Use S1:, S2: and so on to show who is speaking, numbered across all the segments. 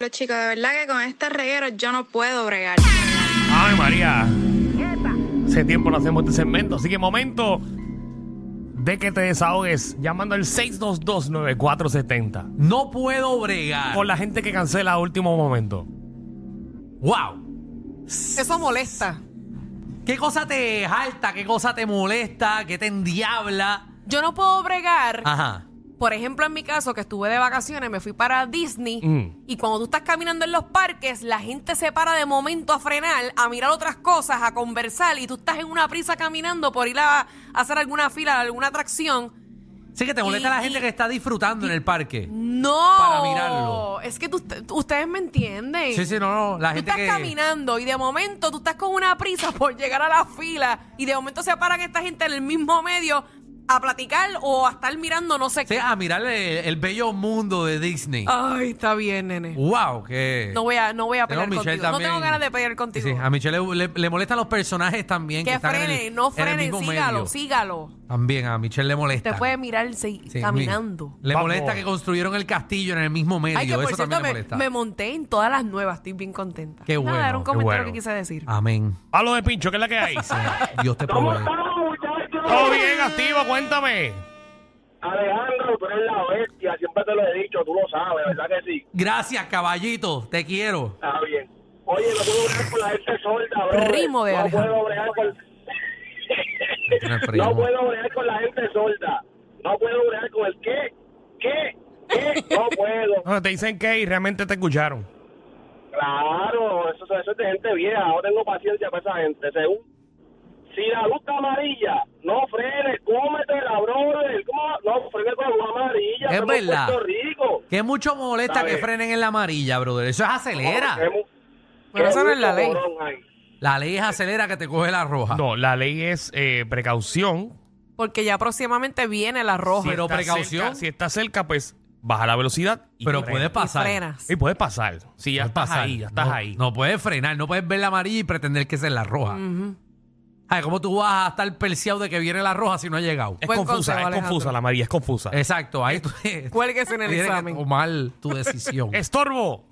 S1: Los chicos, de verdad que con este reguero yo no puedo bregar.
S2: Ay, María. Hace tiempo no hacemos este segmento, así que momento de que te desahogues llamando al 622-9470.
S3: No puedo bregar.
S2: Con la gente que cancela a último momento.
S3: Wow. Eso molesta. ¿Qué cosa te jalta? ¿Qué cosa te molesta? ¿Qué te endiabla?
S4: Yo no puedo bregar.
S3: Ajá.
S4: Por ejemplo, en mi caso, que estuve de vacaciones, me fui para Disney
S2: Mm.
S4: y cuando tú estás caminando en los parques, la gente se para de momento a frenar, a mirar otras cosas, a conversar y tú estás en una prisa caminando por ir a, a hacer alguna fila, alguna atracción.
S3: Sí que te molesta
S4: Y-
S3: la gente
S4: y-
S3: que está disfrutando en el parque.
S4: No.
S3: Para mirarlo.
S4: Es que tú- ustedes me entienden.
S3: Sí, sí, no, no. La
S4: Tú
S3: gente
S4: estás
S3: que...
S4: caminando y de momento tú estás con una prisa por llegar a la fila y de momento se paran esta gente en el mismo medio a platicar o a estar mirando no sé
S3: Sí,
S4: qué.
S3: a mirarle el, bello mundo de Disney.
S4: Ay, está bien, nene.
S3: Wow, que...
S4: Ah. No voy a, no voy a pelear
S3: No, Michelle
S4: contigo.
S3: también.
S4: No tengo ganas de pelear contigo.
S3: Sí, a Michelle le, le- le molestan los personajes también. Que,
S4: que
S3: están en el-
S4: frene,
S3: en
S4: no
S3: el
S4: frene,
S3: mismo
S4: sígalo,
S3: medio.
S4: sígalo.
S3: También a Michelle le molesta.
S4: Te puede mirar sí,
S3: Sí,
S4: caminando.
S3: Le
S2: Vamos.
S3: molesta que construyeron el castillo en el mismo medio.
S4: Ay, que por
S3: Eso
S4: cierto,
S3: también le
S4: me,
S3: molesta.
S4: me monté en todas las nuevas. Estoy bien contenta.
S3: Qué bueno, Ah.
S4: Nada, era un
S3: qué
S4: comentario
S2: bueno.
S4: que quise decir.
S3: Amén.
S2: Pablo de Pincho, ¿qué es la que hay?
S3: Dios te provee.
S2: Todo bien, activo, cuéntame.
S5: Alejandro, tú eres la bestia, siempre te lo he dicho, tú lo sabes, ¿verdad que sí?
S3: Gracias, caballito. Te quiero.
S5: Está bien. Oye, no puedo bregar con la gente sorda, bro.
S4: Primo de
S5: no
S4: Alejandro.
S5: Puedo bregar con...
S3: Tiene primo.
S5: no puedo bregar con la gente sorda. No puedo bregar con el qué, qué, qué, no puedo.
S2: No, te dicen que y realmente te escucharon.
S5: Claro, eso, eso es de gente vieja, no tengo paciencia para esa gente. Según, si la luz está amarilla, no frenes, cómetela, brother. ¿Cómo? va- No frenes con la luz amarilla,
S3: Es
S5: somos
S3: verdad.
S5: Puerto Rico.
S3: Que mucho molesta
S5: ¿Sabes?
S3: que frenen en la amarilla, brother. Eso es acelera.
S5: Hemos-
S4: Pero esa no es la
S5: hemos-
S4: ley.
S5: morón ahí.
S3: La ley es acelera que te coge la roja.
S2: No, la ley es eh, precaución.
S4: Porque ya próximamente viene la roja.
S3: Pero
S2: está
S3: precaución.
S2: cerca- si está cerca, pues baja la velocidad. y
S3: Pero
S2: frena.
S3: puede pasar.
S4: Y frenas.
S2: Y puede pasar. Si ya
S3: Puede
S2: estás
S3: pasar.
S2: ahí, ya estás
S3: no,
S2: ahí.
S3: No puedes frenar. No puedes ver la amarilla y pretender que esa es la roja. Ay, ¿Cómo tú vas a estar perseado de que viene la roja si no ha llegado?
S2: Es
S4: Buen
S2: confusa,
S4: consejo,
S2: es
S4: Alejandro.
S2: confusa la María, es confusa.
S3: Exacto. Ahí tú
S4: Cuélguese en el
S3: tienes que
S4: examen.
S3: tomar tu decisión.
S2: Estorbo.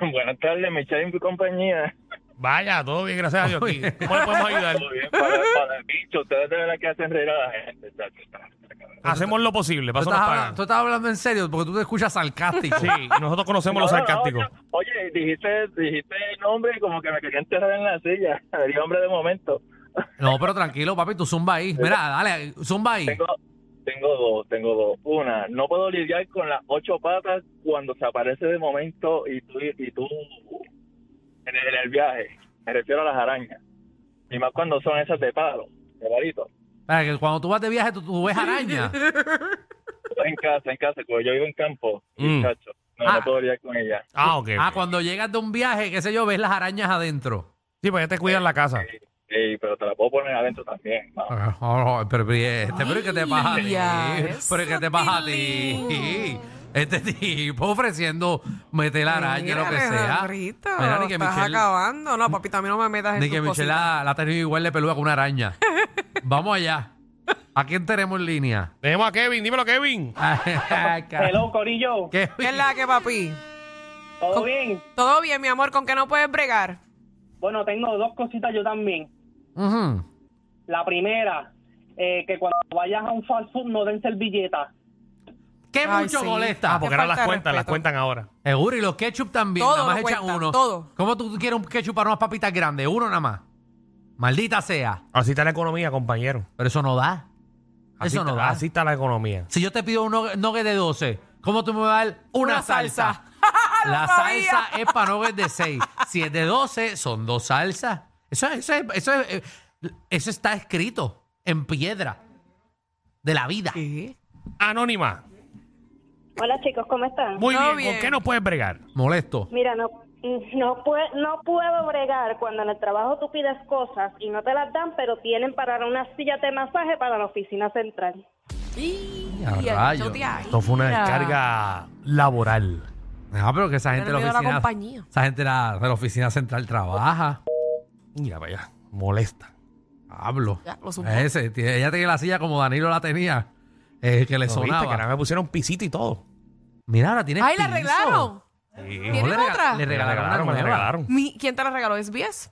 S5: Buenas tardes, Michelle y mi compañía.
S2: Vaya, todo bien, gracias a Dios. aquí.
S3: Muy bien.
S2: ¿Cómo le podemos ayudar?
S5: Todo bien, para, para el bicho. Ustedes de verdad que hacen reír a la gente. chacho.
S2: Hacemos lo posible,
S3: ¿Tú
S2: paso
S3: estás,
S2: nos
S3: hablando, tú
S2: pagan.
S3: estás hablando en serio porque tú te escuchas sarcástico.
S2: Sí, nosotros conocemos
S5: No,
S2: los
S5: no,
S2: sarcásticos.
S5: no, Oye, dijiste, dijiste el nombre y como que me quería enterrar en la silla. El hombre de momento.
S3: No, pero tranquilo, papi, tú zumba ahí. Mira, dale, zumba ahí.
S5: Tengo, tengo dos, tengo dos. Una, no puedo lidiar con las ocho patas cuando se aparece de momento y tú, y tú en, el, en el viaje. Me refiero a las arañas. Y más cuando son esas de palo, de palito.
S3: Para que cuando tú vas de viaje, tú, tú ves araña.
S5: En casa, en casa, porque yo vivo en campo.
S2: Mm.
S5: Y, chacho, no,
S3: Ah.
S5: no puedo lidiar con ella.
S2: Ah, ok.
S3: Ah,
S2: ok.
S3: cuando llegas de un viaje, qué sé yo, ves las arañas adentro.
S2: Sí, pues ya te cuidan la casa.
S5: Ey, pero te la puedo poner adentro también. ¿no?
S3: Ah, ah, ah, pero, pero, este, pero ¿qué te pasa a ti?
S4: Ya,
S3: Pero ¿qué te pasa a ti? Este tipo ofreciendo meter la araña,
S4: Mira,
S3: lo que sea.
S4: Alejandrito,
S3: Mira, ni que
S4: estás
S3: Michelle,
S4: acabando. No, papita, a mí no me metas en
S3: ni que
S4: tus
S3: Michelle
S4: cositas.
S3: la, la ha tenido igual de peluda que una araña. Vamos allá. ¿A quién tenemos en línea?
S2: Tenemos a Kevin, dímelo, Kevin.
S6: Hello, Corillo.
S3: ¿Qué?
S4: ¿Qué es la que, papi?
S6: ¿Todo bien?
S4: Todo bien, mi amor, ¿con qué no puedes bregar?
S6: Bueno, tengo dos cositas yo también.
S3: Ujú.
S6: La primera, eh, que cuando vayas a un fast food no den servilleta.
S3: ¿Qué
S4: Ay,
S3: mucho
S4: sí.
S3: molesta?
S2: Ah, porque
S4: Qué
S2: ahora las
S4: falta de
S2: cuentan, las
S4: respeto.
S2: cuentan ahora.
S3: Seguro, y los ketchup también,
S4: Todo
S3: nada más
S4: lo
S3: echan
S4: cuentan,
S3: uno.
S4: todo.
S3: ¿Cómo tú quieres un ketchup para unas papitas grandes? Uno nada más. Maldita sea.
S2: Así está la economía, compañero.
S3: Pero eso no da.
S2: Así
S3: eso no
S2: está-
S3: da.
S2: Así está la economía.
S3: Si yo te pido un nug- nugget de 12, ¿cómo tú me vas a dar una,
S4: Una salsa.
S3: salsa? La
S4: sabía.
S3: salsa es para nuggets de 6. Si es de 12, son dos salsas. Eso, es- eso, es- eso, es- eh, eso está escrito en piedra de la vida.
S2: Anónima.
S7: Hola chicos, ¿cómo están?
S2: Muy
S4: No,
S2: bien.
S4: bien.
S2: ¿Con qué nos puedes bregar?
S3: Molesto.
S7: Mira, no, no, pue- no puedo bregar cuando en el trabajo tú pides cosas y no te las dan, pero tienen para una silla de masaje para la oficina central.
S4: Y
S3: Ya,
S4: el
S3: rayos.
S4: chote ahí.
S2: Esto fue una
S4: Mira.
S2: descarga laboral.
S3: No, Ah, pero que esa gente de la
S4: miedo a la
S3: oficina.
S4: compañía.
S3: Esa gente de la, de la oficina central trabaja.
S2: Mira, vaya. Molesta.
S3: Hablo. Eh,
S4: Ya, lo supo.
S3: Ese, t- ella tenía la silla como Danilo la tenía. eh, que le
S2: ¿No
S3: sonaba.
S2: viste? Que ahora me pusieron pisito y todo.
S3: Mira, ahora tiene.
S4: Ay, la
S3: piso.
S4: arreglaron.
S3: No,
S4: ¿Tienen
S3: le rega-
S4: otra?
S3: Le
S2: Me
S3: regalaron, una
S2: me la
S3: nueva.
S2: regalaron.
S4: Mi- ¿Quién te la regaló? ¿SBS?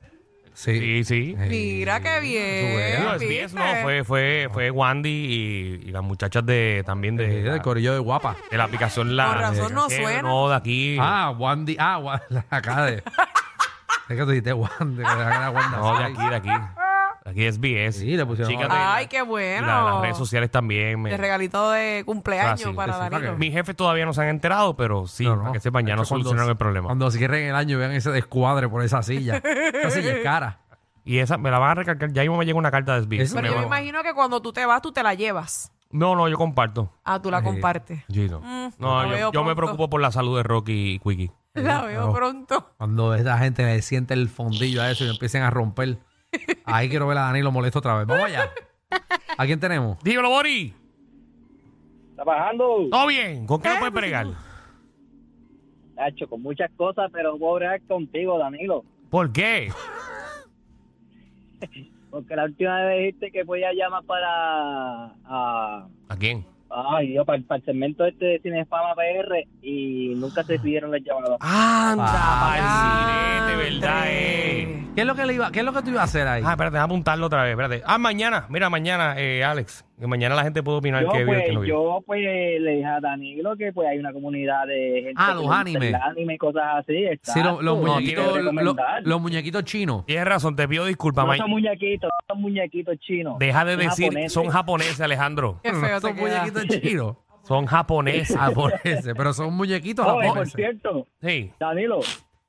S2: Sí,
S3: Sí.
S2: sí.
S3: Eh,
S4: Mira qué bien.
S2: Digo,
S3: veas.
S2: es 10, no,
S4: ¿viste?
S2: fue, fue, fue Wandy y, y las muchachas de también de,
S3: Eh, del corillo de guapa.
S2: de la aplicación la
S4: Con razón no
S2: que
S4: suena.
S2: No, de aquí.
S3: Ah, Wandy. Ah, Wa- la acá de. es que tú dijiste Wandy. que la- la Wanda,
S2: No,
S3: sí.
S2: de aquí, de aquí. De aquí es BS.
S3: Sí, le pusieron-
S2: Chicas de-
S4: Ay, qué
S2: y
S4: bueno.
S2: la- las redes sociales también. me-
S4: De regalito de cumpleaños
S2: Ah, sí,
S4: para
S3: sí, sí,
S4: Danilo.
S3: para
S2: Mis jefes todavía no se han enterado, pero sí,
S3: No,
S2: para
S3: no.
S2: que sepan, ya
S3: Esto
S2: no
S3: cuando-
S2: solucionaron el problema.
S3: Cuando cierren el año y vean ese descuadre por esa silla. Esa silla es cara.
S2: Y esa me la van a recargar. Ya mismo me llega una carta de SBS.
S3: Eso
S4: Pero
S2: Me
S4: yo me
S2: va-
S4: imagino que cuando tú te vas, tú te la llevas.
S2: No, no, yo comparto.
S4: Ah, tú la
S3: Sí.
S4: compartes.
S2: Sí, no, No,
S4: la
S2: yo,
S4: Mm, veo
S2: yo me
S4: pronto.
S2: preocupo por la salud de Rocky y Quickie.
S4: La veo
S3: no.
S4: pronto.
S3: Cuando esa gente le siente el fondillo a eso y empiecen a romper. Ahí quiero ver a Danilo molesto otra vez. Vamos allá. ¿A quién tenemos?
S2: Dígalo, Bori.
S5: Trabajando,
S2: ¿Todo bien? ¿Con qué no puedes bregar?
S5: Nacho, con muchas cosas, pero voy a bregar contigo, Danilo.
S2: ¿Por qué?
S5: Porque la última vez dijiste que voy a llamar para... a-
S2: ¿A quién?
S5: ay, Dios, para, para el segmento este de Cine Fama PR y nunca te pidieron las llamadas.
S2: Anda,
S4: Ah,
S2: de verdad eh.
S4: Andrés.
S3: ¿Qué es lo que, le iba, qué es lo que tú ibas a hacer ahí?
S2: Ah, espérate, déjame apuntarlo otra vez, espérate. Ah, mañana, mira, mañana, eh, Alex. Que mañana la gente puede opinar
S5: Yo
S2: que vio y
S5: pues,
S2: que no vio.
S5: yo pues le dije a Danilo que pues hay una comunidad de gente
S3: Ah,
S5: que
S3: los
S5: le gusta
S3: animes.
S5: el anime y cosas así.
S3: Sí, lo- los,
S5: exacto, y
S3: muñequitos,
S5: quiero
S3: lo-
S5: recomendar.
S3: los muñequitos chinos.
S2: Tienes razón, te pido disculpas.
S5: No
S2: ma-
S5: son muñequitos, son muñequitos chinos.
S2: Deja de
S5: Son
S2: decir,
S5: japoneses.
S2: son japoneses, Alejandro.
S4: Qué feo te
S3: son
S4: queda.
S3: muñequitos chinos.
S2: Son japoneses.
S3: Japoneses, pero son muñequitos
S5: Oye, Oh, eh, por
S3: japoneses.
S5: cierto,
S2: Sí.
S5: Danilo,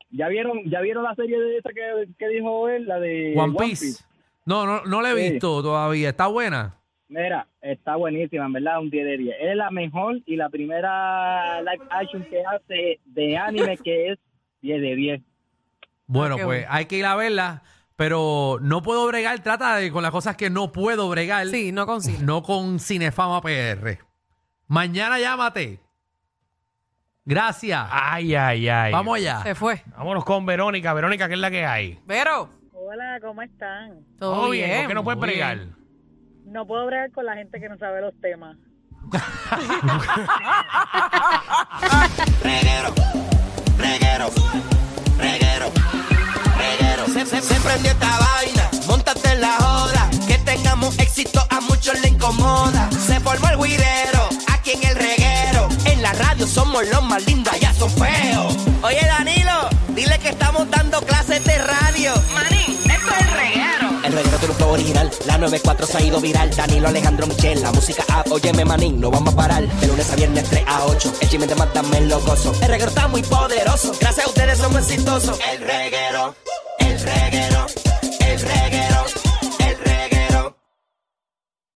S5: ¿ya vieron, ya vieron la serie de esa que, que dijo él? La de
S3: One Piece. No, no, no la he
S5: Sí.
S3: visto todavía. ¿Está buena?
S5: Mira, está buenísima, en verdad, un 10 de 10. Es la mejor y la primera live action que hace de anime que es 10 de 10.
S3: Bueno,
S4: Ah, qué
S3: pues hay que ir a verla, pero no puedo bregar. Trata de con las cosas que no puedo bregar.
S4: Sí, no consigo.
S3: No con Cinefama PR. Mañana llámate. Gracias.
S2: Ay, ay, ay.
S3: Vamos allá.
S4: Se fue.
S2: Vámonos con Verónica. Verónica, ¿qué es la que hay?
S4: Vero,
S7: Hola, ¿cómo están?
S4: todo bien.
S2: ¿Por qué no puedes
S3: muy bien.
S2: bregar?
S7: No puedo bregar con la gente que no sabe los temas.
S8: Reguero, reguero, reguero. Se, se, se prendió esta vaina, montate en la joda. Que tengamos éxito a muchos le incomoda. Se formó el guirero, aquí en el reguero. En la radio somos los más lindos, ya son feos. Oye Danilo, dile que estamos dando clases de radio. Manín, esto es el reguero. El reguero tiene un flow original, la 94 se ha ido viral. Danilo Alejandro Michel, la música app, óyeme manín, no vamos a parar. De lunes a viernes 3 a 8, el chisme te mata lo gozo. El reguero está muy poderoso, gracias a ustedes somos exitosos. El reguero, el reguero, el reguero.